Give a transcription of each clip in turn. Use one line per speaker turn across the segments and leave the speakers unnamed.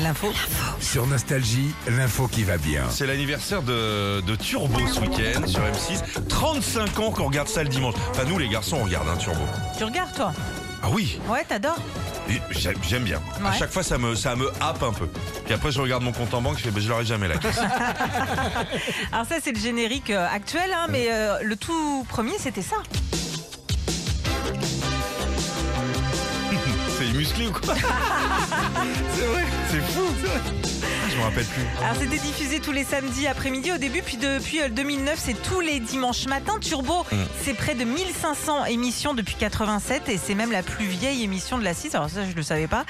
L'info.
Sur Nostalgie, l'info qui va bien.
C'est l'anniversaire de, de Turbo ce week-end sur M6. 35 ans qu'on regarde ça le dimanche. Enfin, nous les garçons, on regarde un Turbo.
Tu regardes, toi
Ah oui,
Ouais, t'adores.
et j'aime j'aime bien. À
Ouais.
chaque fois, ça me, ça me happe un peu. Puis après, je regarde mon compte en banque, je fais, bah, je l'aurai jamais là.
Alors, ça, c'est le générique euh, actuel, hein, mais euh, le tout premier, c'était ça.
C'est musclé ou quoi C'est vrai, c'est fou. c'est vrai. Ah, Je me rappelle plus.
Alors, c'était diffusé tous les samedis après-midi au début, puis depuis euh, 2009, c'est tous les dimanches matins. Turbo, c'est près de 1500 émissions depuis 87 et c'est même la plus vieille émission de la 6. Alors, ça, je ne le savais pas.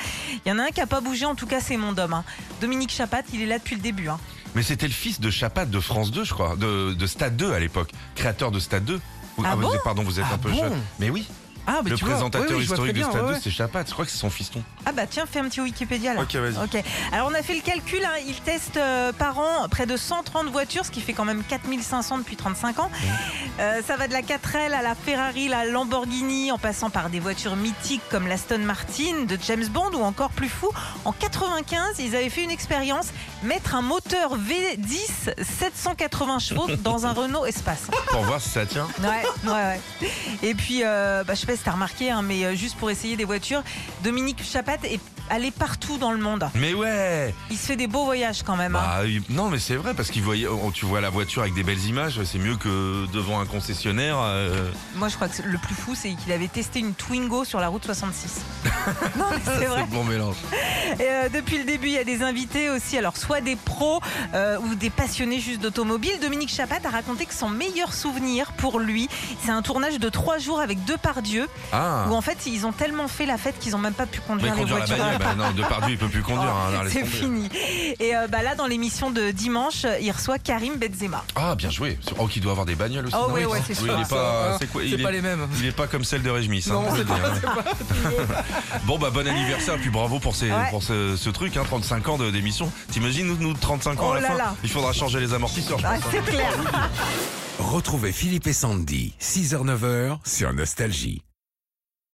Il y en a un qui n'a pas bougé, en tout cas, c'est mon dôme. hein. Dominique Chapat, il est là depuis le début. hein.
Mais c'était le fils de Chapat de France 2, je crois, de, de Stade 2 à l'époque, créateur de Stade 2. Vous-
Ah
vous
bon
êtes- pardon, vous êtes
Ah
un peu
bon
jeune. Mais oui,
Ah, mais
le
tu vois,
présentateur
oui, oui, je vois
historique
très bien,
de Stade
ouais,
2, c'est Chapat. Je crois que c'est son fiston.
Ah, bah, tiens, fais un petit Wikipédia là.
Ok, vas-y.
Ok. Alors on a fait le calcul, hein. ils testent euh, par an près de 130 voitures, ce qui fait quand même 4500 depuis 35 ans. Euh, ça va de la 4L à la Ferrari, la Lamborghini, en passant par des voitures mythiques comme la Stone Martin de James Bond ou encore plus fou. En 95, ils avaient fait une expérience, mettre un moteur V10 780 chevaux dans un Renault Espace.
Pour voir si ça tient.
Ouais, ouais, ouais. Et puis, euh, bah, je sais pas si t'as remarqué, hein, mais euh, juste pour essayer des voitures, Dominique Chapat est allé partout dans le monde.
Mais ouais
Il se fait des beaux voyages quand même. hein.
Bah, il- non, mais c'est vrai, parce qu'il voyait, oh, tu vois la voiture avec des belles images, c'est mieux que devant un concessionnaire. euh,
Moi, je crois que le plus fou, c'est qu'il avait testé une Twingo sur la route 66. non, mais c'est vrai.
c'est bon mélange.
Et, euh, depuis le début, il y a des invités aussi, alors soit des pros euh, ou des passionnés juste d'automobile. Dominique Chapat a raconté que son meilleur souvenir pour lui, c'est un tournage de trois jours avec Depardieu,
Ah
où en fait, ils ont tellement fait la fête qu'ils ont même pas pu
Mais
conduire les
conduire la
voitures. Oh,
bagnole, bah non, Depardieu, il peut plus conduire. hein, non, laisse
c'est
tomber.
fini. Et euh, bah, là, dans l'émission de dimanche, il reçoit Karim Benzema.
Ah, bien joué. Oh, qui doit avoir des bagnoles aussi.
Oh,
non,
ouais,
oui.
ouais, c'est
Oui,
sûr. hein.
il est pas, c'est quoi,
ouais.
il
C'est
est-
pas les mêmes.
il est pas comme celle de Réjmis. hein,
Non,
on peut
c'est
le dire, hein.
pas, c'est pas.
Bon, bah, bon anniversaire, puis bravo pour, ces,
Ouais.
pour ce, ce truc, hein, 35 ans de- d'émission. T'imagines, nous, nous, 35 ans
Oh
à la
là
fin,
là.
il faudra changer les amortisseurs, je
Ah,
pense, hein.
c'est clair.
Retrouvez Philippe et Sandy, 6h-9h sur Nostalgie.